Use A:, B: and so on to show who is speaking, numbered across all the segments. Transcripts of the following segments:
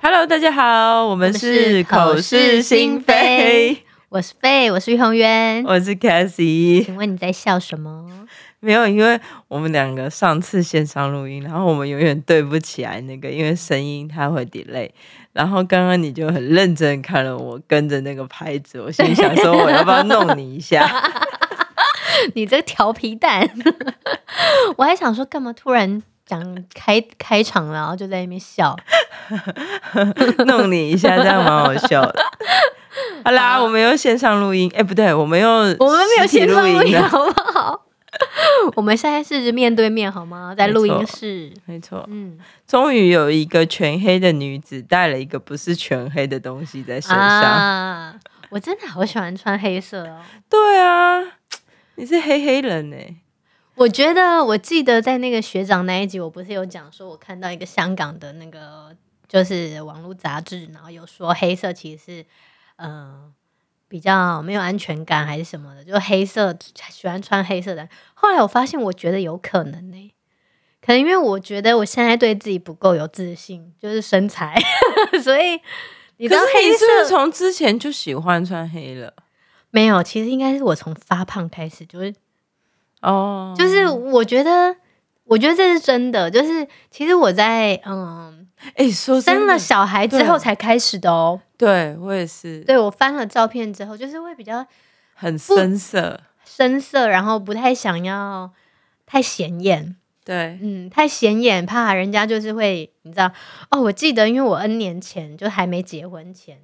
A: Hello，大家好，我们是口是心非，，
B: 我是费，我是于红渊。
A: 我是 Cassie。
B: 请问你在笑什么？
A: 没有，因为我们两个上次线上录音，然后我们永远对不起来那个，因为声音它会 delay。然后刚刚你就很认真地看了我跟着那个拍子， 我心里想说我要不要弄你一下？
B: 你这个调皮蛋！ 我还想说，干嘛突然讲开开场了，然后就在那边 笑？
A: 弄你一下，这样蛮好笑的。好啦，我们又线上录音，哎、不对，我们又
B: 我们没有
A: 实体
B: 线上录音，啊
A: 了，
B: 好不好？ 我们现在是面对面，好吗？在录音室。
A: 没错。
B: 嗯
A: 终于有一个全黑的女子带了一个不是全黑的东西在身上。
B: 啊，我真的好喜欢穿黑色哦。
A: 对啊，你是黑黑人欸呢、
B: 我觉得，我记得在那个学长那一集，我不是有讲说，我看到一个香港的那个就是网络杂志，然后有说黑色其实是呃比较没有安全感还是什么的，就黑色喜欢穿黑色的。后来我发现，我觉得有可能呢、可能因为我觉得我现在对自己不够有自信，就是身材， 所以你知
A: 可
B: 道
A: 是
B: 黑
A: 你是不是
B: 色
A: 从之前就喜欢穿黑了？
B: 没有，其实应该是我从发胖开始，就是
A: 哦，
B: 就是我觉得，我觉得这是真的。就是其实我在嗯
A: 哎、说真
B: 生
A: 的
B: 了，小孩之后
A: 对
B: 才开始的哦。
A: 对我也是，
B: 对我翻了照片之后，就是会比较
A: 很深色，
B: 深色，然后不太想要太显眼。
A: 对，
B: 嗯，太显眼怕人家就是会，你知道哦。我记得，因为我 N 年前就还没结婚前，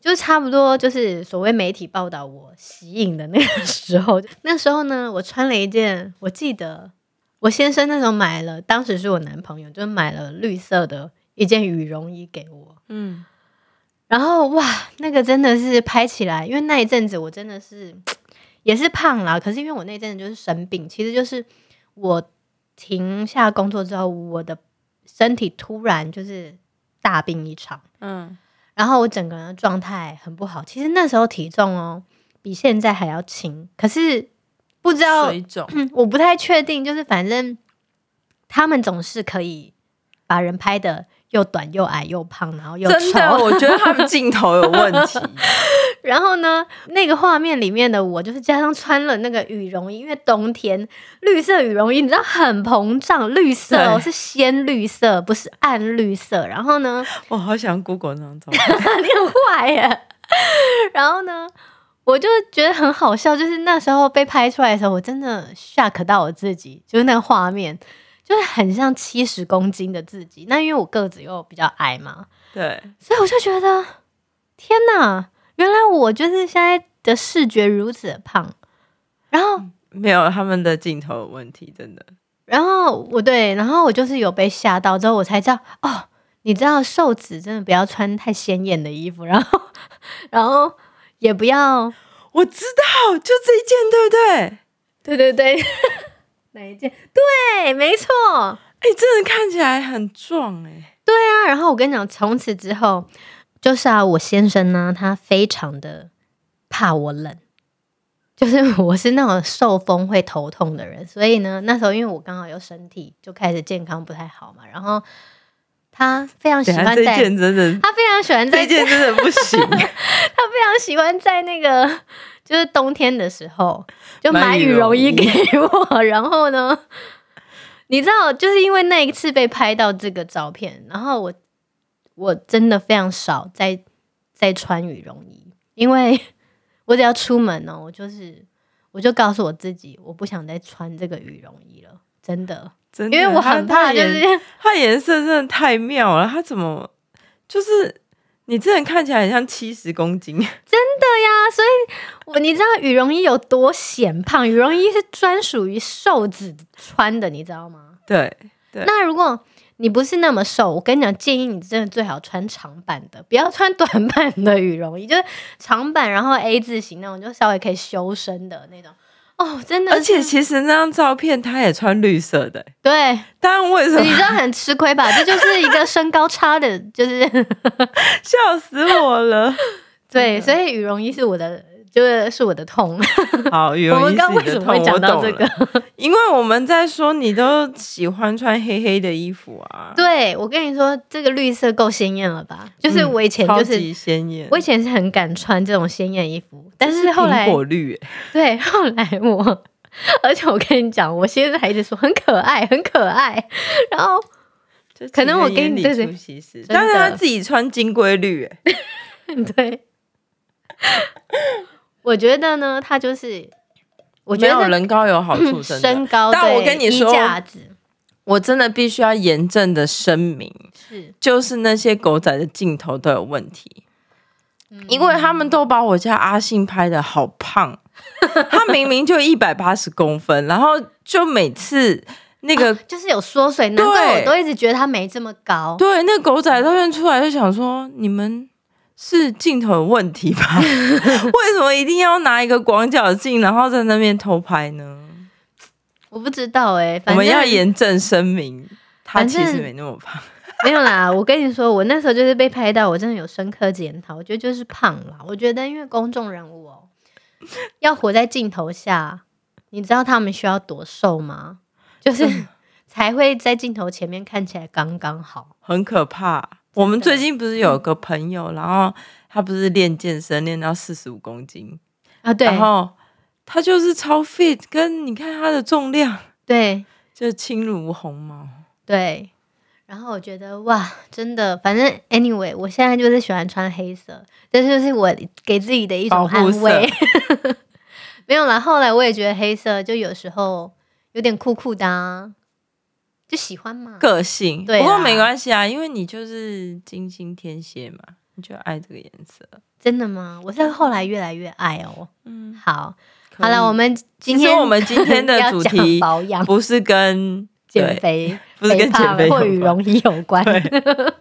B: 就差不多就是所谓媒体报道我吸引的那个 时候，那时候呢，我穿了一件，我记得我先生那时候买了，当时是我男朋友，就买了绿色的一件羽绒衣给我，
A: 嗯，
B: 然后哇，那个真的是拍起来，因为那一阵子我真的是也是胖啦，可是因为我那阵子就是生病，其实就是我停下工作之后，我的身体突然就是大病一场，
A: 嗯，
B: 然后我整个人的状态很不好。其实那时候体重哦比现在还要轻，可是不知道
A: 水肿，
B: 嗯，我不太确定，就是反正他们总是可以把人拍的又短又矮又胖，然后又
A: 真
B: 丑
A: 的，。我觉得他们镜头有问题，
B: 然后呢，那个画面里面的我，就是加上穿了那个羽绒衣，因为冬天绿色羽绒衣，你知道很膨胀，绿色哦
A: 对
B: 是鲜绿色，不是暗绿色。然后 呢，
A: 我好想 Google 那张 照片，
B: 你很坏耶。然后呢，我就觉得很好笑，就是那时候被拍出来的时候，我真的 shock 到我自己，就是那个画面，就是很像七十公斤的自己。那因为我个子又比较矮嘛，
A: 对，
B: 所以我就觉得，天哪，原来我就是现在的视觉如此的胖。然后，
A: 没有他们的镜头有问题，真的，
B: 然后我对，然后我就是有被吓到之后，我才知道哦，你知道瘦子真的不要穿太鲜艳的衣服，然后， 然后也不要，
A: 我知道，就这一件，对不对？
B: 对对对， 哪一件？对，没错。
A: 哎、真的看起来很壮哎、
B: 对啊，然后我跟你讲，从此之后，就是啊，我先生呢，他非常的怕我冷， 就是我是那种受风会头痛的人，所以呢，那时候因为我刚好又身体就开始健康不太好嘛，然后他非常喜
A: 等一
B: 欢
A: 下这一
B: 在，
A: 件真 的，
B: 他非常喜欢
A: 这
B: 在
A: 一件真的不行，
B: 他非常喜欢在那个 就是冬天的时候就
A: 买
B: 买
A: 羽
B: 羽绒衣
A: 绒衣
B: 给我，然后呢，你知道，就是因为那一次被拍到这个照片，然后我我真的非常少在在穿羽绒衣，因为 我只要出门哦，我就是我就告诉我自己，我不想再穿这个羽绒衣了，真的，
A: 真的，
B: 因为我
A: 它
B: 很怕
A: 它
B: 就
A: 颜
B: 是
A: 它颜色真的太妙了，它怎么就是你真的看起来很像七十公斤，
B: 我你知道羽绒衣有多显胖？羽绒衣是专属于瘦子穿的，你知道吗？
A: 对对
B: 那如果你不是那么瘦，我跟你讲，建议你真的最好穿长版的，不要穿短版的羽绒衣，就是长版，然后 A 字形那种，就稍微可以修身的那种。哦，真的是，
A: 而且其实那张照片他也穿绿色的、欸，
B: 对，
A: 但为什
B: 你
A: 么
B: 知道很吃亏吧？这就是一个身高差的，就是
A: 笑死我了？
B: 对，
A: 真的
B: 所以羽绒衣是我的就是是我的痛。
A: 好， 羽
B: 我
A: 绒
B: 们
A: 衣
B: 刚
A: 是
B: 为
A: 你的
B: 什么
A: 痛，
B: 会
A: 我
B: 讲到
A: 懂
B: 这
A: 了。
B: 个？
A: 因为我们在说你都喜欢穿黑黑的衣服啊，
B: 对我跟你说，这个绿色够鲜艳了吧？就是
A: 嗯
B: 我以前就
A: 超
B: 是、
A: 级鲜艳，
B: 我以前是很敢穿这种鲜艳衣服，但是后来
A: 苹果绿欸、
B: 对 后来我，而且我跟你讲，我现在还一直说很可爱，很可爱，然后
A: 就
B: 可能我
A: 情人眼
B: 跟你
A: 里
B: 对对
A: 出西施，
B: 真的
A: 但是他自己穿金龟绿、欸，
B: 对，我觉得呢，他就是，我
A: 没
B: 觉
A: 有
B: 得嗯
A: 人高有好 处，真的。
B: 身高对，
A: 但我跟你
B: 衣
A: 说
B: 架子
A: 我真的必须要严正的声明，
B: 是
A: 就是那些狗仔的镜头都有问题，
B: 嗯
A: 因为他们都把我家阿信拍的好胖，他明明就一百八十公分，然后就每次那个、
B: 就是有缩水，难怪
A: 对
B: 我都一直觉得他没这么高。
A: 对那狗仔照片出来，就想说你们。是镜头有问题吧？ 为什么一定要拿一个广角镜，然后在那边偷拍呢？
B: 我不知道哎、
A: 我
B: 反
A: 们
B: 正
A: 要严正声明，他
B: 反
A: 其实
B: 正
A: 没那么胖。
B: 没有啦。我跟你说，我那时候就是被拍到，我真的有深刻检讨。我觉得就是胖啦，我觉得因为公众人物哦、要活在镜头下，你知道他们需要多瘦吗？就是
A: 嗯
B: 才会在镜头前面看起来刚刚好。
A: 很可怕。我们最近不是有个朋友，然后他不是练健身练到四十五公斤，
B: 啊，对
A: 然后他就是超 fit，跟你看他的重量
B: 对
A: 就轻如鸿毛。
B: 对，然后我觉得哇，真的，反正 anyway，我现在就是喜欢穿黑色，这就是我给自己的一种
A: 保护
B: 安
A: 色
B: 慰。 没有啦，后来我也觉得黑色就有时候有点酷酷的、啊，就喜欢嘛。
A: 个性，
B: 对啊
A: 不过没关系啊，因为你就是金星天蝎嘛，你就爱这个颜色。
B: 真的吗？我是后来越来越爱哦。
A: 嗯，
B: 好，
A: 可以
B: 好了，我们今
A: 其实
B: 天
A: 我们今天的
B: 要
A: 主
B: 讲
A: 题
B: 保养、
A: 不是跟
B: 减
A: 对，
B: 肥、
A: 不是跟减
B: 肥胖
A: 肥
B: 或
A: 有
B: 与
A: 关
B: 容易有关。
A: 对，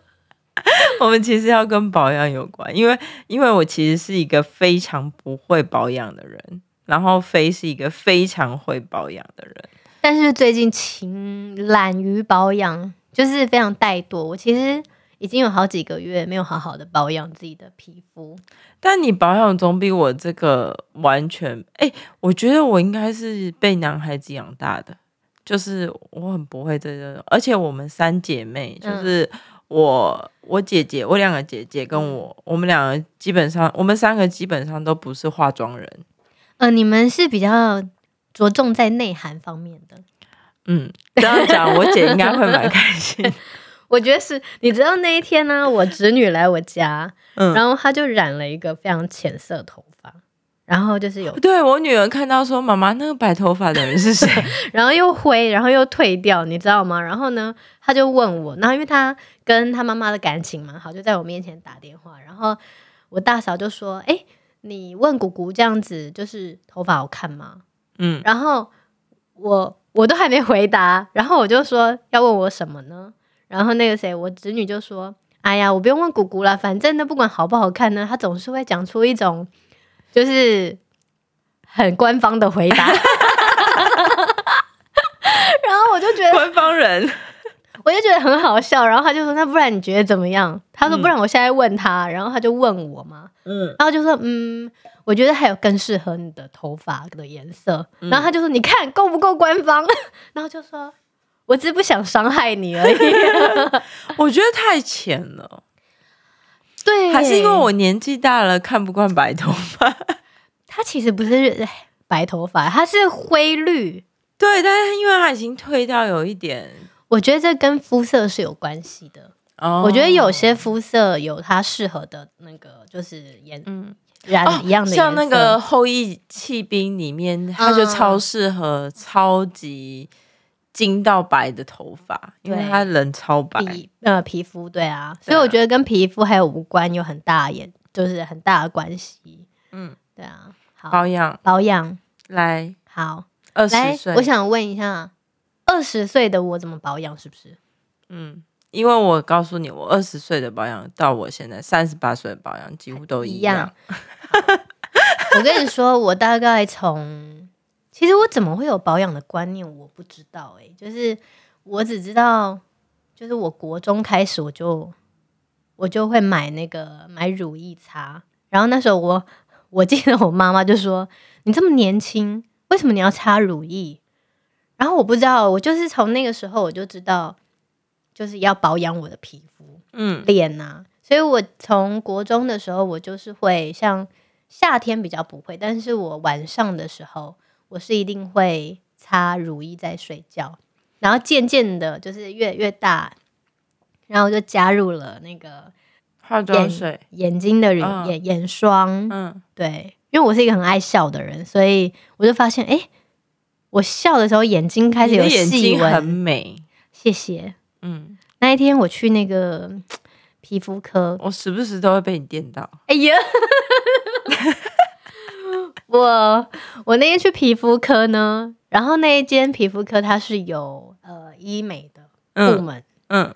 A: 我们其实要跟保养有关，因为因为我其实是一个非常不会保养的人，然后飞是一个非常会保养的人。
B: 但是最近勤懒于保养，就是非常怠惰。我其实已经有好几个月没有好好的保养自己的皮肤。
A: 但你保养总比我这个完全，哎、我觉得我应该是被男孩子养大的，就是我很不会这个，而且我们三姐妹就
B: 嗯
A: 是我、我姐姐，我两个姐姐跟我，我们两个基本上，我们三个基本上都不是化妆人。
B: 呃，你们是比较着重在内涵方面的，
A: 嗯，这样讲，我姐应该会蛮开心。
B: 我觉得是。你知道那一天呢、我侄女来我家，
A: 嗯，
B: 然后她就染了一个非常浅色头发，然后就 是有，
A: 对我女儿看到说：“妈妈，那个白头发的人是 谁
B: 然后又灰，然后又褪掉，你知道吗？然后呢，她就问我，然后因为她跟她妈妈的感情蛮好，就在我面前打电话，然后我大嫂就说：“哎、你问姑姑这样子，就是头发好看吗？”？”
A: 嗯，
B: 然后我我都还没回答，然后我就说要问我什么呢？然后那个谁，我侄女就说：“哎呀，我不用问姑姑啦，反正呢，不管好不好看呢，她总是会讲出一种就是很官方的回答。” 然后我就觉得
A: 官方人。
B: 我就觉得很好笑，然后他就说：“那不然你觉得怎么样？”他说：“不然我现在问他。然后他就问我嘛，
A: 嗯，
B: 然后就说：“嗯，我觉得还有更适合你的头发的颜色。
A: 嗯
B: 然后他就说：“你看够不够官方？” 然后就说：“我只是不想伤害你而 已。
A: 我觉得太浅了，”
B: 对，
A: 还是因为我年纪大了看不惯白头 发。
B: 他其实不是白头发，他是灰绿。
A: 对，但是因为它已经退到有一点，
B: 我觉得这跟肤色是有关系的。
A: 哦
B: 我觉得有些肤色有它适合的那个，就是颜
A: 嗯哦
B: 染一样的颜色、
A: 像那个《后羿弃兵》里面，他就超适合超级金到白的头发，因为
B: 对
A: 他人超白。
B: 皮呃皮肤，对啊，
A: 对
B: 所以我
A: 啊
B: 觉得跟皮肤还有五官有很大也就是很大的关系。
A: 嗯，
B: 对啊，好
A: 保养
B: 保养
A: 来
B: 好，
A: 二十
B: 来
A: 岁，，
B: 我想问一下，二十岁的我怎么保养？是不是？
A: 嗯，因为我告诉你，我二十岁的保养到我现在三十八岁的保养几乎都
B: 一
A: 一
B: 样
A: 样。
B: 我跟你说，我大概从其实我怎么会有保养的观念，我不知道哎、就是我只知道，就是我国中开始我就我就会买那个买乳液擦，然后那时候我我记得我妈妈就说：“你这么年轻，为什么你要擦乳液？”然后我不知道，我就是从那个时候我就知道，就是要保养我的皮肤、
A: 嗯，
B: 脸呐、啊所以我从国中的时候，我就是会像夏天比较不会，但是我晚上的时候，我是一定会擦乳液在睡觉。然后渐渐的，就是越越大，然后就加入了那个
A: 化妆水，
B: 眼睛的眼、
A: 嗯
B: 眼眼霜，
A: 嗯，
B: 对，因为我是一个很爱笑的人，所以我就发现，哎、我笑的时候眼睛开始
A: 你
B: 有
A: 的眼
B: 细
A: 睛很
B: 纹。
A: 美，
B: 谢谢。
A: 嗯，
B: 那一天我去那个嗯皮肤科，
A: 我时不时都会被你电到，
B: 哎呀，我我那天去皮肤科呢，然后那一间皮肤科它是有呃医美的部
A: 嗯
B: 门，
A: 嗯，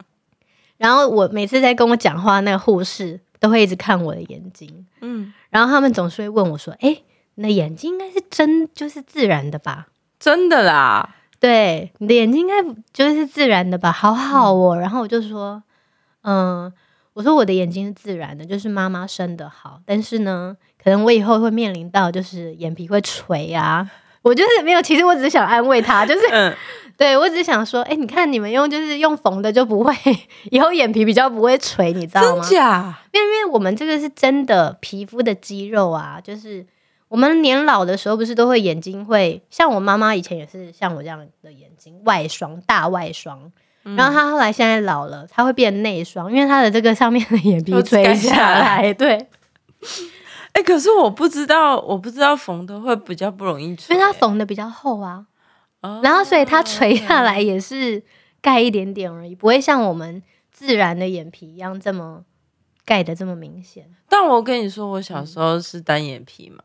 B: 然后我每次在跟我讲话，那个护士都会一直看我的眼睛，
A: 嗯，
B: 然后他们总是会问我说：“哎、你的眼睛应该是真就是自然的吧？
A: 真的啦，
B: 对，你的眼睛应该就是自然的吧？好好哦。然后我就说：“嗯，我说我的眼睛是自然的，就是妈妈生的好，但是呢，可能我以后会面临到就是眼皮会垂啊。”我就是没有，其实我只是想安慰他，就是
A: 嗯，
B: 对我只是想说，哎、你看你们用就是用缝的就不会， 以后眼皮比较不会垂，你知道
A: 真
B: 吗？
A: 假？
B: 因为因为我们这个是真的皮肤的肌肉啊，就是我们年老的时候不是都会眼睛会，像我妈妈以前也是像我这样的眼睛外双大外双，然后她后来现在老了，她会变内双，因为她的这个上面的眼皮
A: 都
B: 垂
A: 盖
B: 下
A: 下
B: 来，对，
A: 哎，可是我不知道，我不知道缝的会比较不容易
B: 因
A: 垂
B: 为，她缝的比较厚啊，
A: 哦
B: 然后所以它垂下来也是盖一点点而已，不会像我们自然的眼皮一样这么盖的这么明显。
A: 但我跟你说，我小时候是单眼皮嘛，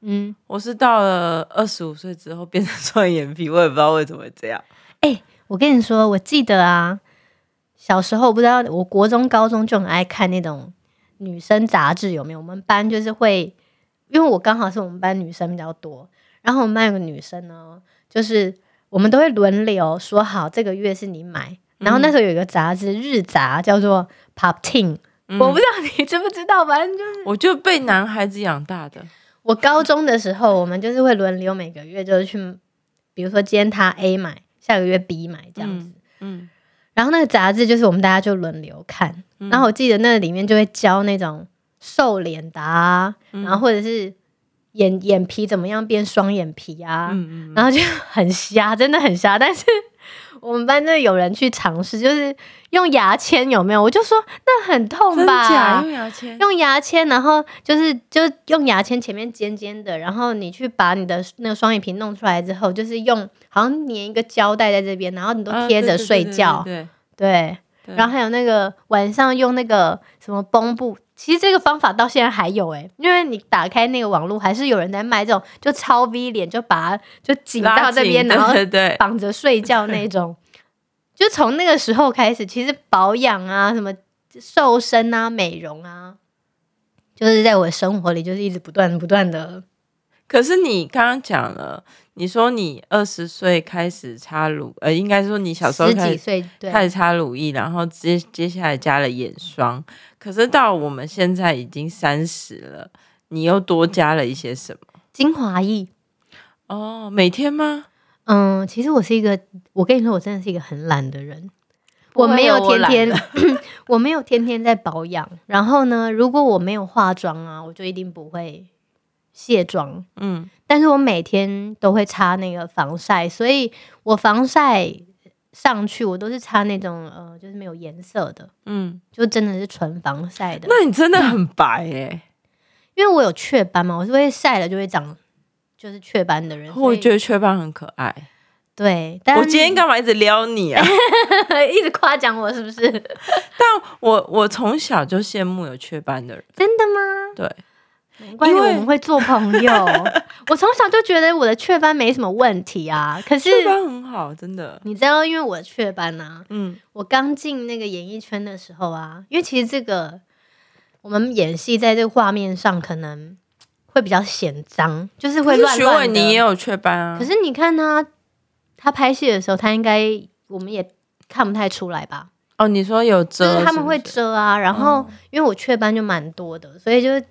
B: 嗯，
A: 我是到了二十五岁之后变成双眼皮，我也不知道为什么会这样。
B: 我跟你说，我记得啊，小时候不知道，我国中、高中就很爱看那种女生杂志，有没有？我们班就是会，因为我刚好是我们班女生比较多，然后我们班有个女生呢，就是我们都会轮流说好，这个月是你买。然后那时候有一个杂志，日杂叫做 Pop Teen，、我不知道你知不知道，反正就是
A: 我就被男孩子养大的，
B: 我高中的时候，我们就是会轮流每个月就是去，比如说今天他 A 买，下个月 B 买这样子。
A: 嗯，
B: 然后那个杂志就是我们大家就轮流看，然后我记得那里面就会教那种瘦脸的啊，
A: 嗯
B: 然后或者是眼眼皮怎么样变双眼皮啊，
A: 嗯嗯
B: 然后就很瞎，真的很瞎。但是我们班真的有人去尝试，就是用牙签有没有？我就说那很痛
A: 嗯真假
B: 吧
A: 用，牙签？
B: 用牙签，然后就是就用牙签前面尖尖的，然后你去把你的那个双眼皮弄出来之后，就是用好像粘一个胶带在这边，然后你都
A: 啊
B: 贴
A: 对
B: 着
A: 对对
B: 睡
A: 对
B: 觉。
A: 对，
B: 对，
A: 对
B: 然后还有那个晚上用那个什么绷布，其实这个方法到现在还有诶、欸因为你打开那个网络，还是有人在卖这种，就超 V 脸，就把它就紧
A: 拉
B: 到这
A: 紧
B: 边，然后
A: 对对
B: 绑着睡觉那 种。就从那个时候开始，其实保养啊、什么瘦身啊、美容啊，就是在我生活里就是一直不断不断的。
A: 可是你刚刚讲了，你说你二十岁开始擦乳，呃，应该说你小时候
B: 十
A: 开
B: 几
A: 始
B: 岁，对，
A: 开始擦乳液，然后接接下来加了眼霜。可是到我们现在已经三十了，你又多加了一些什么？
B: 精华液。
A: 哦，每天吗？
B: 嗯，其实我是一个，我跟你说，我真的是一个很懒的人。我
A: 不会
B: 没有天
A: 懒
B: 天
A: 得，
B: 我没有天天在保养。然后呢，如果我没有化妆啊，我就一定不会卸妆。
A: 嗯，
B: 但是我每天都会擦那个防晒，所以我防晒上去，我都是擦那种呃，就是没有颜色的，
A: 嗯，
B: 就真的是纯防晒的。
A: 那你真的很白哎、
B: 因为我有雀斑嘛，我是会晒了就会长就是雀斑的人。所
A: 我
B: 以
A: 觉得雀斑很可爱。
B: 对，但
A: 我今天干嘛一直撩你 啊？
B: 一直夸奖我是不是？
A: 我我从小就羡慕有雀斑的人，
B: 真的吗？
A: 对，
B: 难怪
A: 因
B: 我
A: 为
B: 们会做朋友。 我从小就觉得我的雀斑没什么问题啊，可是
A: 雀斑很好，真的。
B: 你知道，因为我的雀斑啊，
A: 嗯，
B: 我刚进那个演艺圈的时候啊，因为其实这个我们演戏在这个画面上可能会比较显脏，就是
A: 可
B: 会
A: 是
B: 乱
A: 徐
B: 乱
A: 伟
B: 的。
A: 宁也有雀斑啊
B: 可。是你看他，他拍戏的时候，他应该我们也看不太出来吧？
A: 哦，你说有遮
B: 就是
A: 不是，嗯
B: 他们会遮啊，然后因为我雀斑就蛮多的，所以就是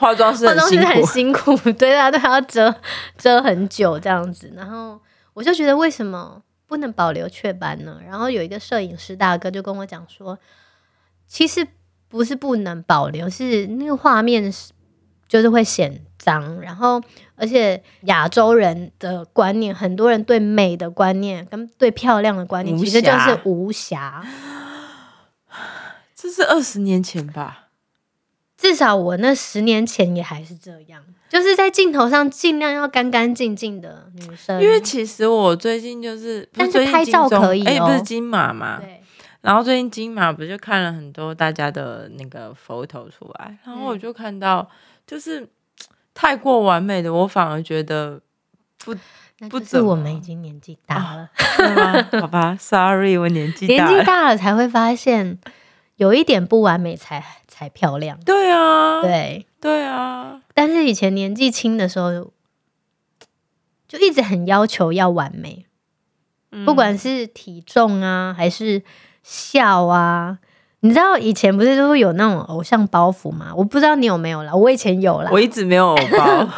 A: 化妆师
B: 化
A: 很
B: 妆
A: 辛
B: 师很
A: 苦，
B: 辛苦， 对啊，对啊，要遮遮很久这样子。然后我就觉得为什么不能保留雀斑呢？然后有一个摄影师大哥就跟我讲说，其实不是不能保留，是那个画面是就是会显脏，然后而且亚洲人的观念，很多人对美的观念跟对漂亮的观念，
A: 无
B: 其实就是
A: 瑕
B: 无瑕。
A: 这是二十年前吧？
B: 至少我那十年前也还是这样，就是在镜头上尽量要干干净净的女生，
A: 因为其实我最近就是，不
B: 嗯但是
A: 最近
B: 拍
A: 金
B: 照
A: 钟
B: 可以
A: 哎、不
B: 哦
A: 是金马嘛？
B: 对，
A: 然后最近金马不就看了很多大家的那个佛头出来，然后我
B: 嗯
A: 就看到就是嘖太过完美的，我反而觉得
B: 那
A: 不
B: 就
A: 怎
B: 是
A: 么
B: 我们已经年纪大了，
A: 是吗好吧，sorry，我年纪
B: 年
A: 大
B: 纪
A: 了，
B: 大了才会发现有一点不完美才才漂亮，
A: 对啊，
B: 对。
A: 对啊，
B: 但是以前年纪轻的时候，就一直很要求要完美，
A: 嗯
B: 不管是体重啊，还是笑啊。你知道以前不是都会有那种偶像包袱吗？我不知道你有没有啦，我以前有啦，
A: 我一直没有偶包，
B: 啊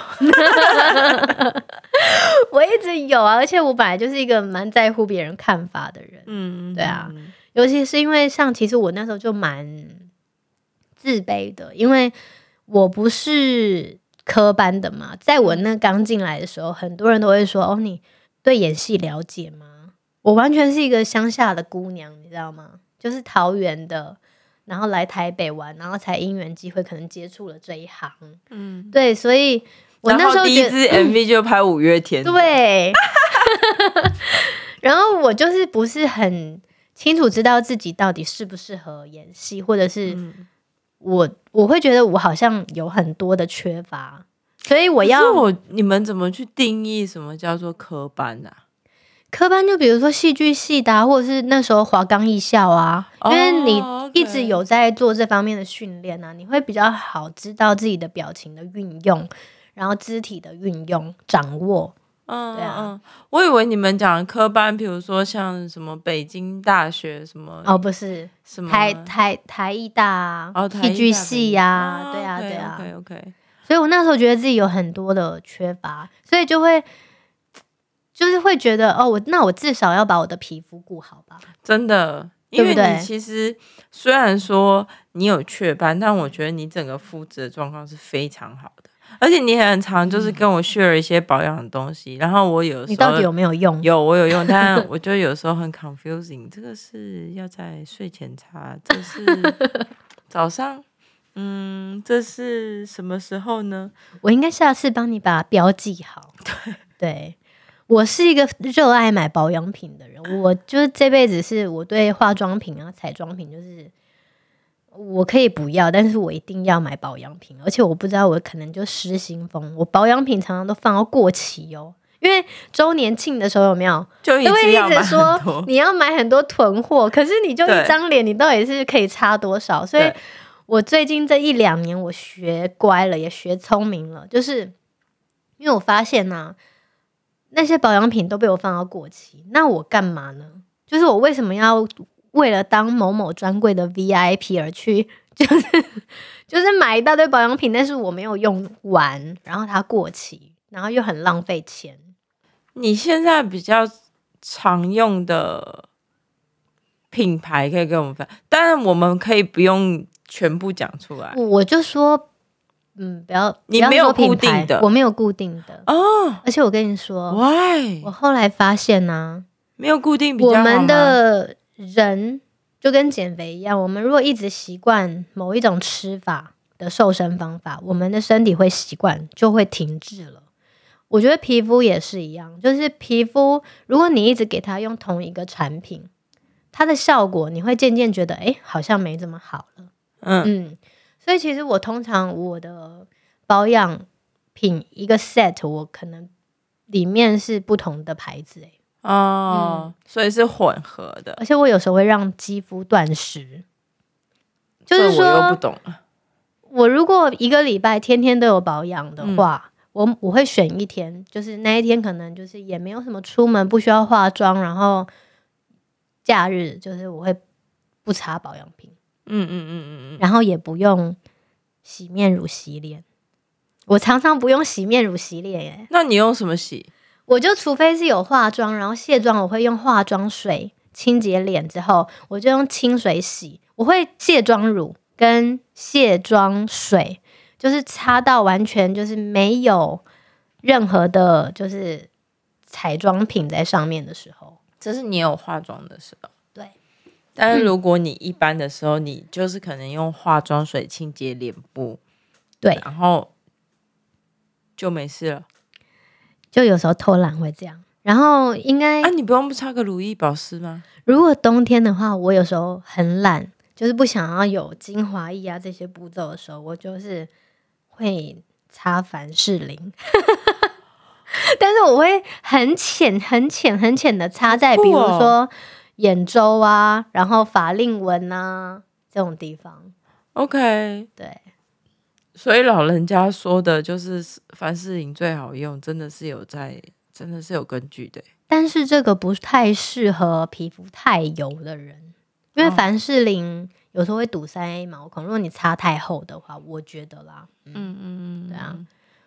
B: 我一直有啊，而且我本来就是一个蛮在乎别人看法的人，
A: 嗯，
B: 对啊
A: 嗯，
B: 尤其是因为像其实我那时候就蛮自卑的，因为我不是科班的嘛，在我那刚进来的时候，很多人都会说：“哦，你对演戏了解吗？”我完全是一个乡下的姑娘，你知道吗？就是桃园的，然后来台北玩，然后才因缘机会可能接触了这一行。
A: 嗯，
B: 对，所以我
A: 然
B: 那
A: 后
B: 时候
A: 第
B: 觉
A: 一
B: 得。
A: 支 MV 就拍五月天的，
B: 对，然后我就是不是很清楚知道自己到底适不适合演戏，或者是
A: 嗯，
B: 我我会觉得我好像有很多的缺乏，所以我
A: 我
B: 要
A: 我你们怎么去定义什么叫做科班啊？
B: 科班，就比如说戏剧系的、啊，或者是那时候华冈艺校啊，因为你
A: 哦，OK
B: 一直有在做这方面的训练啊，你会比较好知道自己的表情的运用，然后肢体的运用掌握。
A: 嗯
B: 对啊
A: 嗯，我以为你们讲的科班，比如说像什么北京大学什么
B: 哦，不是，
A: 什么
B: 台台台艺大啊
A: 哦，
B: 戏剧系呀、对啊，对啊。
A: ，OK OK，
B: 所以我那时候觉得自己有很多的缺乏，所以就会就是会觉得哦，我那我至少要把我的皮肤顾好吧。
A: 真的，因
B: 对不
A: 为
B: 对
A: 你其实虽然说你有雀斑，但我觉得你整个肤质的状况是非常好的，而且你也很常就是跟我 share 一些保养的东西，然后我有时候
B: 嗯你到底有没有用？
A: 有我有用，但我就有时候很 confusing，这个是要在睡前擦，这是早上，嗯，这是什么时候呢？
B: 我应该下次帮你把它标记好。 对，我是一个热爱买保养品的人，我就是这辈子是我对化妆品啊、彩妆品就是。我可以不要，但是我一定要买保养品，而且我不知道我可能就失心疯，我保养品常常都放到过期哦，因为周年庆的时候有没有
A: 就一
B: 都会
A: 直
B: 一
A: 要买
B: 直
A: 很
B: 说
A: 多，
B: 你要买很多囤货，可是你就
A: 对
B: 一张脸，你到底是可以差多少？所以
A: 对
B: 我最近这一两年，我学乖了，也学聪明了，就是因为我发现呢、那些保养品都被我放到过期，那我干嘛呢？就是我为什么要为了当某某专柜的 VIP 而去， 就是就是买一大堆保养品，但是我没有用完，然后它过期，然后又很浪费钱。
A: 你现在比较常用的品牌可以跟我们分，当然我们可以不用全部讲出 来
B: 我我就说，嗯，不要，
A: 你
B: 不要
A: 没有
B: 说品
A: 固定
B: 牌
A: 的
B: 我没有固定的，
A: 哦。
B: 而且我跟你说，
A: Why
B: 我后来发现呢、
A: 没有固定比
B: 我
A: 较好吗
B: 们的人就跟减肥一样，我们如果一直习惯某一种吃法的瘦身方法，我们的身体会习惯，就会停滞了。我觉得皮肤也是一样，就是皮肤，如果你一直给它用同一个产品，它的效果你会渐渐觉得，哎，好像没这么好了。
A: 嗯
B: 嗯，所以其实我通常我的保养品一个 set，我可能里面是不同的牌子、欸，
A: 哦，所以是混合的，
B: 而且我有时候会让肌肤断食，就
A: 这我
B: 是
A: 又
B: 说
A: 不懂嗯了。
B: 我如果一个礼拜天天都有保养
A: 嗯
B: 的话，我我会选一天，就是那一天可能就是也没有什么出门，不需要化妆，然后假日就是我会不擦保养品，
A: 嗯嗯嗯嗯嗯，
B: 然后也不用洗面乳洗脸。我常常不用洗面乳洗脸，耶，
A: 那你用什么洗？
B: 我就除非是有化妆，然后卸妆，我会用化妆水清洁脸，之后我就用清水洗。我会卸妆乳跟卸妆水，就是擦到完全就是没有任何的，就是彩妆品在上面的时候，
A: 这是你有化妆的时候。
B: 对，
A: 但是如果你一般的时候，你就是可能用化妆水清洁脸部，
B: 对
A: 然后就没事了。
B: 就有时候偷懒会这样。然后应该
A: 啊，你不用不擦个乳液保湿吗？
B: 如果冬天的话，我有时候很懒，就是不想要有精华液啊这些步骤的时候，我就是会擦凡士林， 但是我会很浅、很浅、很浅的擦在，
A: 好
B: 比
A: 酷
B: 如
A: 哦
B: 说眼周啊，然后法令纹啊这种地方。
A: OK，
B: 对，
A: 所以老人家说的就是凡士林最好用，真的是有在，真的是有根据的。
B: 但是这个不太适合皮肤太油的人，因为
A: 哦
B: 凡士林有时候会堵塞毛孔，如果你擦太厚的话，我觉得啦，
A: 嗯嗯嗯，
B: 对啊。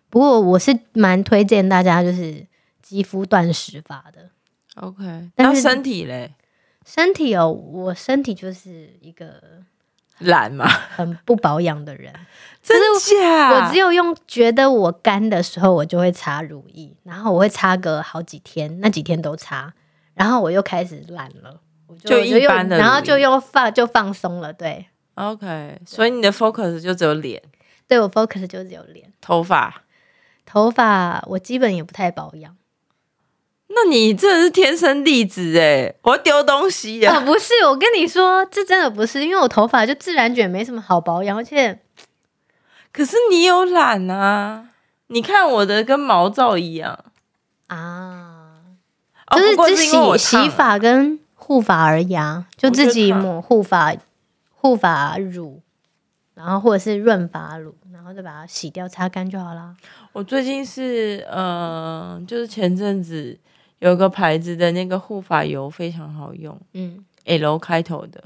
B: 不过我是蛮推荐大家就是肌肤断食法的。
A: OK，那
B: 但是
A: 身体嘞，
B: 身体哦，我身体就是一个
A: 懒 嘛，
B: 很不保养的人，
A: 真假？
B: 我只有用觉得我干的时候，我就会擦乳液，然后我会擦个好几天，那几天都擦，然后我又开始懒了，我就
A: 就
B: 我
A: 一般
B: 用，
A: 的
B: 然后
A: 乳液
B: 就又放就放松了，对，
A: OK，所以你的 focus 就只有脸、
B: 对我 focus 就只有脸，
A: 头发。
B: 头发我基本也不太保 养。
A: 那你真的是天生丽质哎！我要丢东西呀、
B: 哦，不是，我跟你说，这真的不是，因为我头发就自然卷，没什么好保养，而且
A: 可是你有懒啊！你看我的跟毛躁一样，
B: 啊，
A: 哦
B: 就是
A: 不过
B: 只
A: 是因为
B: 洗
A: 我烫啊
B: 洗
A: 了
B: 发跟护发而已啊，就
A: 我觉得
B: 自己
A: 烫
B: 抹护发护发乳，然后或者是润发乳，然后再把它洗掉擦干就好啦。
A: 我最近是呃，就是前阵子有个牌子的那个护发油非常好用
B: 嗯
A: ，L 开头的，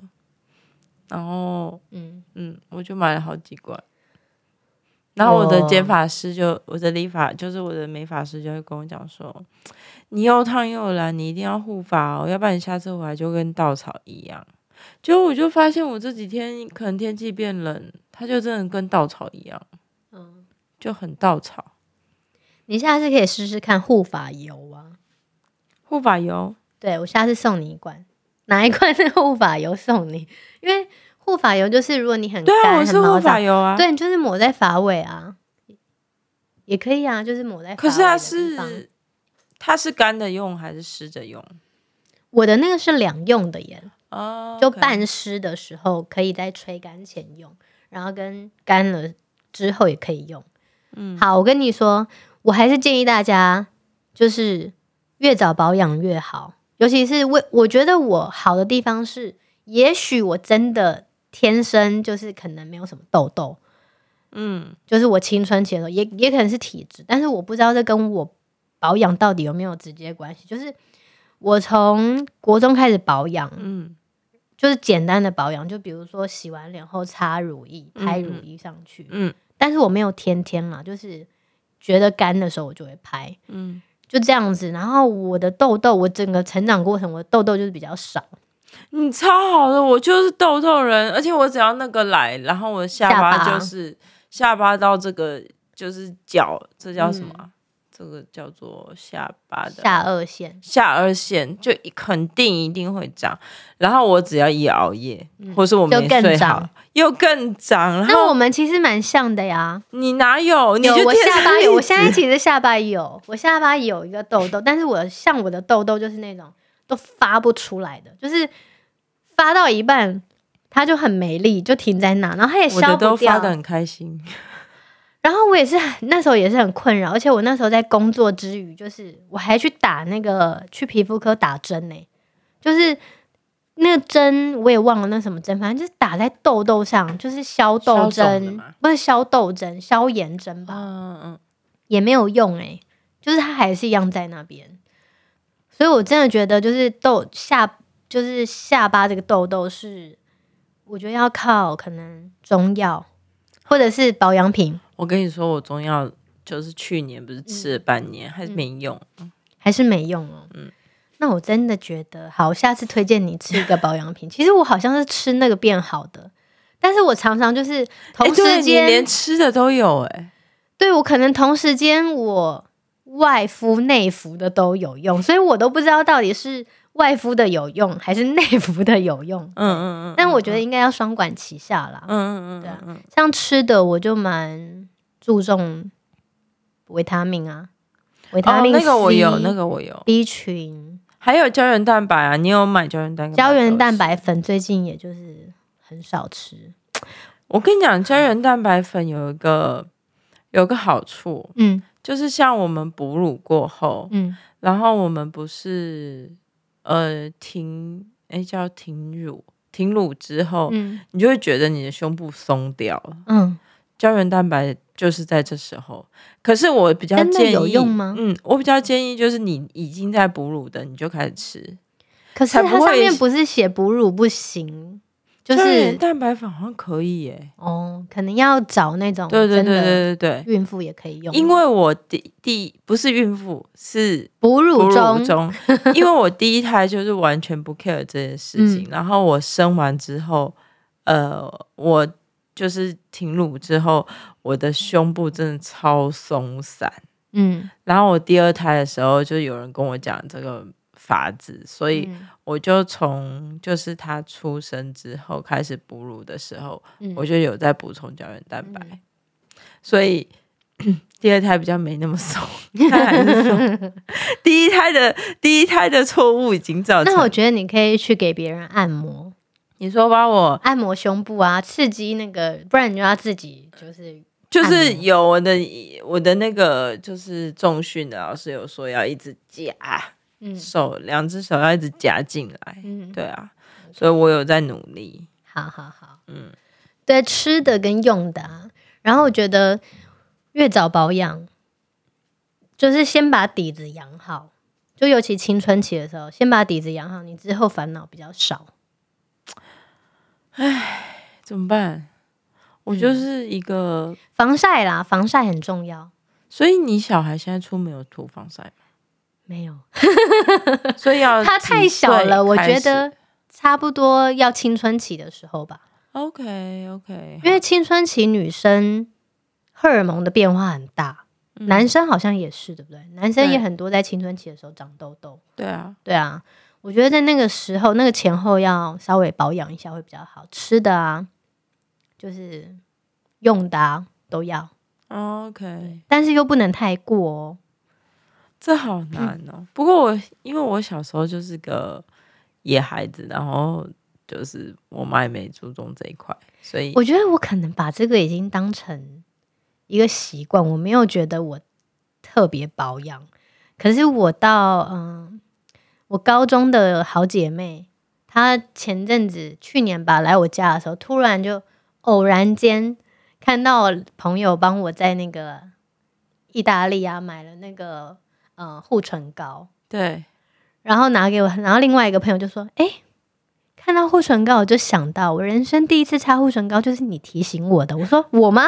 A: 然后
B: 嗯，
A: 嗯，我就买了好几罐。然后我的
B: 哇
A: 剪发师就，我的理发就是我的美发师就会跟我讲说，你又烫又蓝，你一定要护发哦，要不然你下次回来就跟稻草一样。结果我就发现我这几天可能天气变冷，它就真的跟稻草一样，
B: 嗯
A: 就很稻草。
B: 你下次可以试试看护发油啊，
A: 护发油
B: 对我下次送你一罐，哪一罐是护发油送你？因为护发油就是如果你很
A: 对啊，
B: 干
A: 我
B: 很
A: 是护
B: 毛躁
A: 发油啊。
B: 对，你就是抹在发尾啊，也可以啊，就是抹在发
A: 可
B: 尾的
A: 是它
B: 地方。
A: 是它是干的用还是湿着用？
B: 我的那个是两用的耶，
A: 哦，
B: 就
A: OK
B: 半湿的时候可以在吹干前用，然后跟干了之后也可以用。嗯，好，我跟你说，我还是建议大家就是越早保养越好，尤其是为我觉得我好的地方是，也许我真的天生就是可能没有什么痘痘，
A: 嗯，
B: 就是我青春期的时候，也也可能是体质，但是我不知道这跟我保养到底有没有直接关系。就是我从国中开始保养，
A: 嗯，
B: 就是简单的保养，就比如说洗完脸后擦乳液，拍乳液上去，
A: 嗯嗯
B: 但是我没有天天啦，就是觉得干的时候我就会拍，
A: 嗯，
B: 就这样子。然后我的痘痘，我整个成长过程，我的痘痘就是比较少，
A: 你超好的，我就是痘痘人，而且我只要那个来，然后我的下
B: 下
A: 巴
B: 巴
A: 就是下巴到这个就是角，这叫什么啊、这个叫做下巴的
B: 下颚线，
A: 下颚线，就一肯定一定会长。然后我只要一熬夜，或是我没
B: 就更
A: 睡好
B: 长，
A: 又更长。然
B: 那我
A: 后
B: 们其实蛮像的呀。
A: 你哪有？你
B: 有
A: 就
B: 我
A: 天
B: 下
A: 生
B: 巴
A: 丽
B: 有，我
A: 质
B: 现在其实下巴有，我下巴有一个痘痘，但是我像我的痘痘就是那种都发不出来的，就是发到一半它就很没力，就停在那，然后它也
A: 我的
B: 消
A: 都
B: 不
A: 发
B: 掉。
A: 的很开心。
B: 然后我也是很那时候也是很困扰，而且我那时候在工作之余，就是我还去打那个去皮肤科打针呢、就是。那个针我也忘了那什么针，反正就是打在痘痘上，就是消
A: 消肿
B: 痘
A: 的
B: 针
A: 吗，
B: 不是消痘针，消炎针吧。
A: 嗯嗯，
B: 也没有用诶、哎就是它还是一样在那边。所以我真的觉得，就是痘下，就是下巴这个痘痘是我觉得要靠可能中药或者是保养品，
A: 我跟你说，我中药就是去年不是吃了半年，还是没用。
B: 嗯还是没用哦。嗯，那我真的觉得好，我下次推荐你吃一个保养品。其实我好像是吃那个变好的，但是我常常就是
A: 哎
B: 同
A: 对
B: 时
A: 你
B: 间、
A: 连吃的都有哎、
B: 对我可能同时间我外敷内敷的都有用，所以我都不知道到底是外敷的有用还是内敷的有用。
A: 嗯嗯嗯，
B: 但我觉得应该要双管齐下啦。
A: 嗯嗯
B: 对
A: 嗯
B: 啊，像吃的我就蛮注重维他命啊，维他
A: 哦，
B: 命 C、
A: 那个我有，那个我有，
B: B 群、
A: 还有胶原蛋白啊，你有买胶原蛋白？
B: 胶原蛋，白粉最近也就是很少吃。
A: 我跟你讲，胶原蛋白粉有一个有个好处，
B: 嗯
A: 就是像我们哺乳过后，
B: 嗯，
A: 然后我们不是呃停，哎叫停乳，停乳之后，
B: 嗯
A: 你就会觉得你的胸部松掉了。
B: 嗯，
A: 胶原蛋白就是在这时候。可是我比较
B: 真的
A: 建议，
B: 有用吗
A: 嗯，我比较建议就是你已经在哺乳的，你就开始吃。
B: 可是
A: 才不
B: 它
A: 会
B: 上面不是写哺乳不行，就
A: 胶原
B: 是
A: 蛋白粉好像可以耶。
B: 哦，可能要找那种
A: 对对
B: 哦真
A: 对
B: 的
A: 对对对，
B: 孕妇也可以用，
A: 因为我第第不是孕妇是。
B: 哺乳
A: 哺乳
B: 中
A: 中，因为我第一胎就是完全不 care 这件事
B: 嗯
A: 情，然后我生完之后，呃，我就是停乳之后，我的胸部真的超松散，
B: 嗯，
A: 然后我第二胎的时候，就有人跟我讲这个法子，所以
B: 嗯
A: 我就从就是他出生之后开始哺乳的时候，
B: 嗯
A: 我就有在补充胶原蛋白，
B: 嗯
A: 所以 第二胎比较没那么松， 它还是松 第一胎的第一胎的错误已经造成。
B: 那我觉得你可以去给别人按摩，
A: 你说把我
B: 按摩胸部啊，刺激那个，不然你就要自己就是
A: 就是
B: 按摩
A: 有我的我的那个就是重训的老师有说要一直夹
B: 嗯
A: 手，两只手要一直夹进来。
B: 嗯，
A: 对啊，所以我有在努力。
B: 好好好，
A: 嗯
B: 嗯，对，吃的跟用的啊。然后我觉得越早保养，就是先把底子养好，就尤其青春期的时候，先把底子养好，你之后烦恼比较少。
A: 怎么办？我就是一个，
B: 防晒啦，防晒很重要。
A: 嗯所以你小孩现在出门有涂防晒 吗？
B: 没有，
A: 所以要
B: 他
A: 几
B: 太小
A: 岁
B: 了，我
A: 哦开
B: 觉
A: 始
B: 得差不多要青春期的时候吧，
A: OK OK，
B: 因为青春期女生荷尔蒙的变化很大，男生好像也是，对不对？男生也
A: 嗯对
B: 很多在青春期的时候长痘痘。
A: 对啊，
B: 对啊，我觉得在那个时候，那个前后要稍微保养一下会比较好。吃的啊，就是用的啊，都要，
A: OK，
B: 但是又不能太过哦。
A: 这好难
B: 嗯
A: 哦、不过我因为我小时候就是个野孩子，然后就是我妈也没注重这一块，所以
B: 我觉得我可能把这个已经当成一个习惯，我没有觉得我特别保养。可是我到嗯，我高中的好姐妹，她前阵子去年吧来我家的时候，突然就偶然间看到我朋友帮我在那个意大利啊买了那个嗯护唇膏，
A: 对
B: 然后拿给我，然后另外一个朋友就说：“哎、看到护唇膏，我就想到我人生第一次擦护唇膏就是你提醒我的。”我说：“我吗？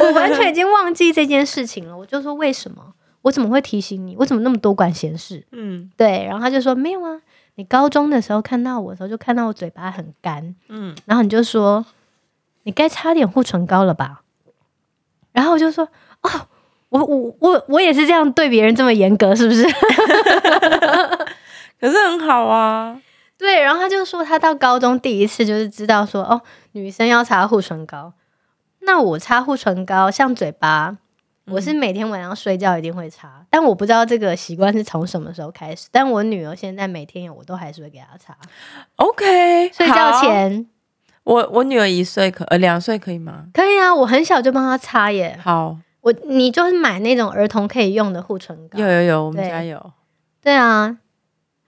B: 我完全已经忘记这件事情了。”我就说：“为什么？我怎么会提醒你？我怎么那么多管闲事
A: 嗯？”
B: 对，然后他就说：“没有啊，你高中的时候看到我的时候，就看到我嘴巴很干，
A: 嗯，
B: 然后你就说你该擦点护唇膏了吧？”然后我就说：“哦，我我我我也是这样对别人这么严格，是不是？”
A: 可是很好啊，
B: 对，然后他就说他到高中第一次就是知道说哦，女生要擦护唇膏。那我擦护唇膏，像嘴巴，我
A: 嗯
B: 是每天晚上睡觉一定会擦，但我不知道这个习惯是从什么时候开始。但我女儿现在每天我都还是会给她擦，
A: OK，
B: 睡觉
A: 好，
B: 前
A: 我我女儿一岁可呃两岁可以吗？
B: 可以啊，我很小就帮她擦耶。
A: 好，
B: 我你就是买那种儿童可以用的护唇膏
A: 有，有有，我们
B: 对
A: 家有。
B: 对啊，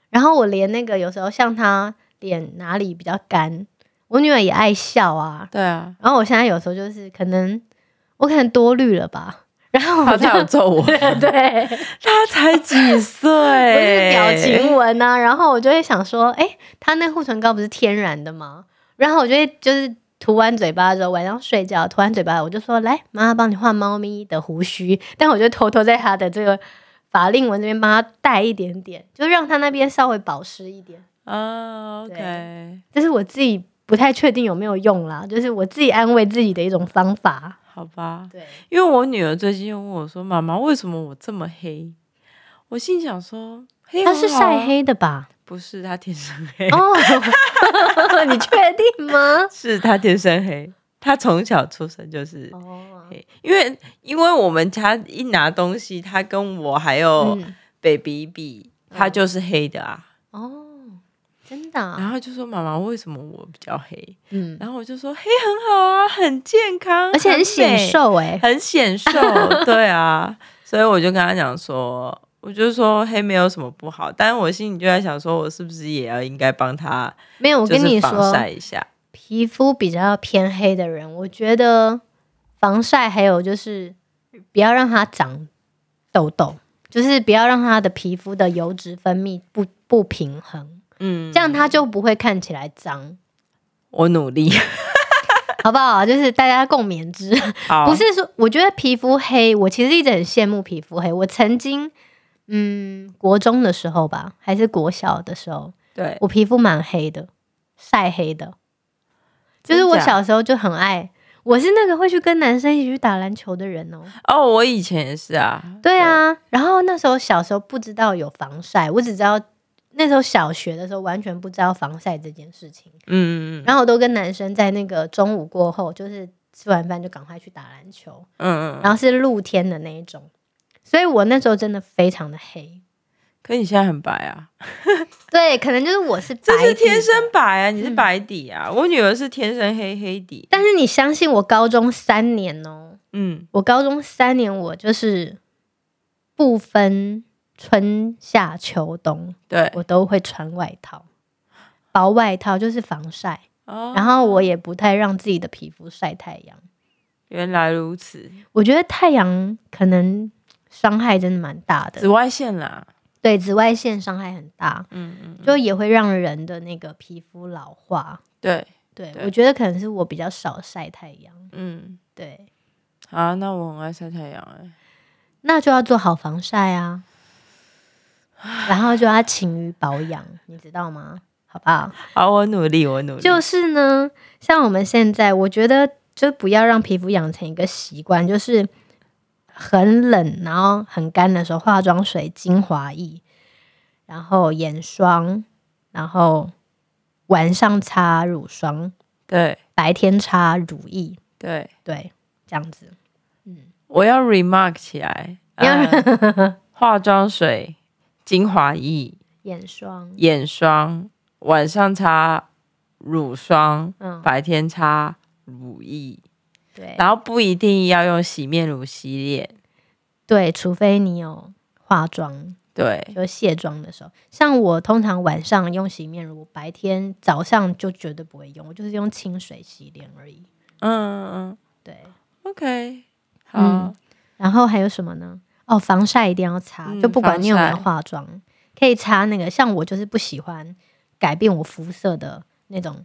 B: 然后我连那个有时候像她脸哪里比较干，我女儿也爱笑啊，
A: 对啊，
B: 然后我现在有时候就是可能我可能多虑了吧，然后
A: 他
B: 我就
A: 才有揍我，
B: 对，
A: 他才几岁，
B: 不是表情纹啊，然后我就会想说，哎、它那护唇膏不是天然的吗？然后我就会就是涂完嘴巴之后，晚上睡觉涂完嘴巴，我就说来，妈妈帮你画猫咪的胡须，但我就偷偷在他的这个法令纹这边帮他带一点点，就让他那边稍微保湿一点。
A: 啊
B: 对
A: ，OK，
B: 这是我自己不太确定有没有用啦，就是我自己安慰自己的一种方法。
A: 好吧。
B: 对，
A: 因为我女儿最近又问我说：“妈妈，为什么我这么黑？”我心想说：“黑、
B: 他是
A: 啊
B: 晒，黑的吧？
A: 不是她天生黑，
B: 哦， 你确定吗？
A: 是她天生黑，她从小出生就是
B: 哦，
A: 黑。因为因为我们家一拿东西，她跟我还有
B: 嗯
A: baby 比，她就是黑的啊。
B: 哦，真的啊、
A: 然后就说：“妈妈，为什么我比较黑？”
B: 嗯，
A: 然后我就说：“黑很好啊，很健康，
B: 而且很显
A: 美
B: 瘦哎、
A: 很显瘦，对啊，所以我就跟他讲说，我就说黑没有什么不好，但是我心里就在想说，我是不是也要应该帮他，
B: 没有，我跟你
A: 就是防
B: 说，
A: 晒一下，
B: 皮肤比较偏黑的人，我觉得防晒还有就是不要让它长痘痘，就是不要让它的皮肤的油脂分泌不不平衡，
A: 嗯，
B: 这样它就不会看起来脏，
A: 我努力，
B: 好不好？就是大家共勉之。
A: 好，
B: 不是说，我觉得皮肤黑，我其实一直很羡慕皮肤黑。我曾经，嗯，国中的时候吧，还是国小的时候，
A: 对，
B: 我皮肤蛮黑的，晒黑的。就
A: 真
B: 是我
A: 假
B: 小时候就很爱，我是那个会去跟男生一起去打篮球的人哦。
A: 哦，我以前也是啊，
B: 对啊，然后那时候小时候不知道有防晒，我只知道那时候小学的时候完全不知道防晒这件事情。
A: 嗯，嗯
B: 然后我都跟男生在那个中午过后，就是吃完饭就赶快去打篮球。
A: 嗯嗯嗯，
B: 然后是露天的那一种，所以我那时候真的非常的黑。
A: 可你现在很白啊，
B: 对，可能就是我是白
A: 这是
B: 底的嗯
A: 天生，白啊，你是白底啊，我女儿是天生黑黑底，
B: 但是你相信我，高中三年哦、
A: 嗯，
B: 我高中三年我就是不分春夏秋冬，
A: 对，
B: 我都会穿外套，薄外套就是防晒，
A: 哦，
B: 然后我也不太让自己的皮肤晒太阳。
A: 原来如此，
B: 我觉得太阳可能伤害真的蛮大的
A: 紫，外线啦，
B: 对紫外线伤害很大。
A: 嗯嗯，嗯
B: 就也会让人的那个皮肤老化。
A: 对，
B: 对，
A: 对
B: 我觉得可能是我比较少晒太阳。
A: 嗯。
B: 对，
A: 啊，那我很爱晒太阳哎、
B: 那就要做好防晒啊，然后就要勤于保养，你知道吗？好不好？
A: 好，我努力，我努力。
B: 就是呢，像我们现在，我觉得就不要让皮肤养成一个习惯，就是很冷然后很干的时候，化妆水、精华液，然后眼霜，然后晚上擦乳霜，
A: 对
B: 白天擦乳液，
A: 对，
B: 对，这样子。
A: 我要 remark 起来。呃、化妆水、精华液、
B: 眼霜，
A: 眼霜，晚上擦乳霜，
B: 嗯，
A: 白天擦乳液，
B: 对
A: 然后不一定要用洗面乳洗脸。
B: 对，除非你有化妆，
A: 对，
B: 就卸妆的时候，像我通常晚上用洗面乳，白天早上就绝对不会用，我就是用清水洗脸而已。
A: 嗯嗯
B: 对，
A: 嗯，OK，好，
B: 嗯然后还有什么呢？哦，防晒一定要擦，
A: 嗯
B: 就不管你有没有
A: 防晒
B: 化妆，可以擦那个。像我就是不喜欢改变我肤色的那种功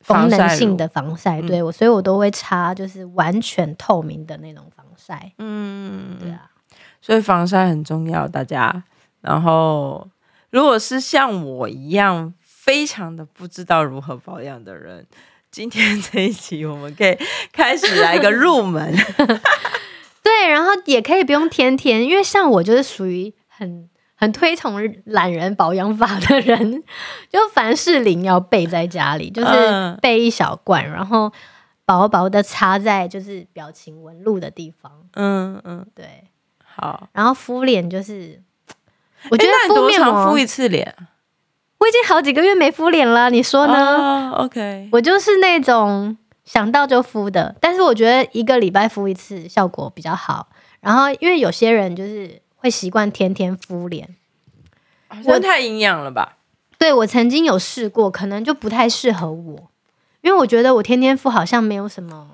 A: 防晒
B: 能
A: 乳嗯
B: 性的防晒，对我，所以我都会擦就是完全透明的那种防晒。
A: 嗯，嗯
B: 对啊，
A: 所以防晒很重要，大家。然后，如果是像我一样非常的不知道如何保养的人，今天这一集我们可以开始来个入 门。
B: 对，然后也可以不用天天，因为像我就是属于很很推崇懒人保养法的人，就凡士林要备在家里，就是
A: 嗯
B: 备一小罐，然后薄薄的擦在就是表情纹路的地方，
A: 嗯嗯，
B: 对。
A: 好。
B: 然后敷脸就是，我觉
A: 诶
B: 得
A: 那你
B: 敷
A: 多
B: 面
A: 常
B: 膜，
A: 敷一次脸？
B: 我已经好几个月没敷脸了。你说呢？
A: 哦，OK，
B: 我就是那种想到就敷的，但是我觉得一个礼拜敷一次效果比较好。然后因为有些人就是会习惯天天敷脸，
A: 好像太营养了吧？
B: 对我曾经有试过，可能就不太适合我，因为我觉得我天天敷好像没有什么，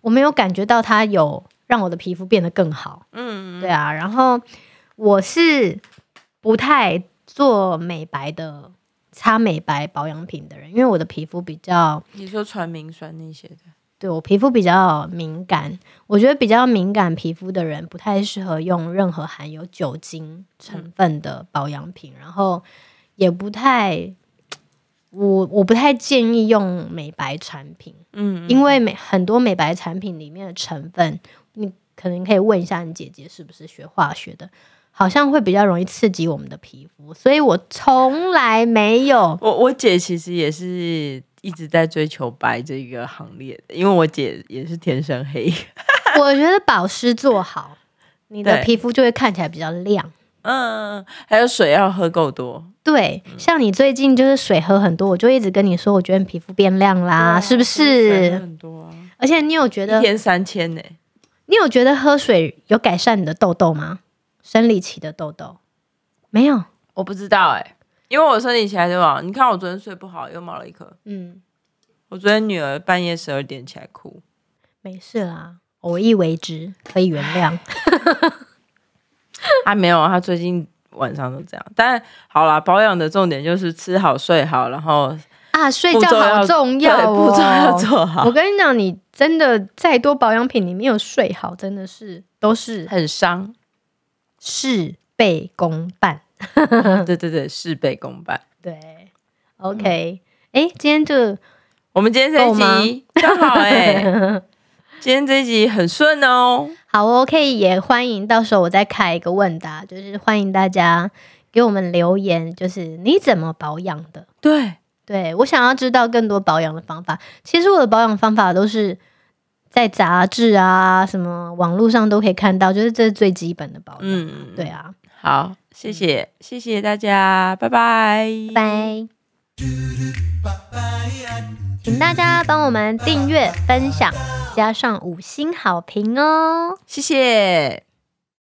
B: 我没有感觉到它有让我的皮肤变得更好。
A: 嗯，
B: 对啊，然后我是不太做美白的擦美白保养品的人，因为我的皮肤比较
A: 你说传明酸那些的，
B: 对我皮肤比较敏感，我觉得比较敏感皮肤的人不太适合用任何含有酒精成
A: 嗯
B: 分的保养品，然后也不太，我我不太建议用美白产品，
A: 嗯，
B: 因为美很多美白产品里面的成分，你可能可以问一下你姐姐是不是学化学的，好像会比较容易刺激我们的皮肤，所以我从来没有
A: 我我姐其实也是一直在追求白这个行列的，因为我姐也是天生黑，
B: 我觉得保湿做好，你的
A: 对
B: 皮肤就会看起来比较亮。
A: 嗯，还有水要喝够多，
B: 对，
A: 嗯
B: 像你最近就是水喝很多，我就一直跟你说，我觉得你皮肤变亮啦，啊是不
A: 水喝
B: 是？
A: 很啊多啊，
B: 而且你有觉
A: 一
B: 得，
A: 天三千呢、
B: 你有觉得喝水有改善你的痘痘吗？生理期的痘痘没有？
A: 我不知道哎、因为我生理期还是晚，你看我昨天睡不好，又冒了一颗。
B: 嗯，
A: 我昨天女儿半夜十二点起来哭，
B: 没事啦，偶一为之，可以原谅。
A: 她没有，她最近晚上都这样。但好啦，保养的重点就是吃好睡好，然后
B: 啊，睡
A: 步
B: 觉
A: 骤要
B: 好重要
A: 对步骤要
B: 哦。
A: 做
B: 我
A: 好，
B: 跟你讲，你真的再多保养品，你没有睡好，真的是都是
A: 很伤。
B: 事倍功半。嗯
A: 对对对，事倍功半。
B: 对，OK，哎、诶今天就
A: 我们今天这
B: 够吗
A: 一集刚好 哎、今天这一集很顺哦。
B: 好哦，OK，也欢迎到时候我再开一个问答，就是欢迎大家给我们留言，就是你怎么保养的？
A: 对，
B: 对我想要知道更多保养的方法。其实我的保养方法都是在杂志啊、什么网络上都可以看到，就是这是最基本的保养。
A: 嗯，
B: 对啊，
A: 好，谢谢，谢谢大家，拜拜，
B: 拜拜。请大家帮我们订阅、分享，加上五星好评哦。
A: 谢谢。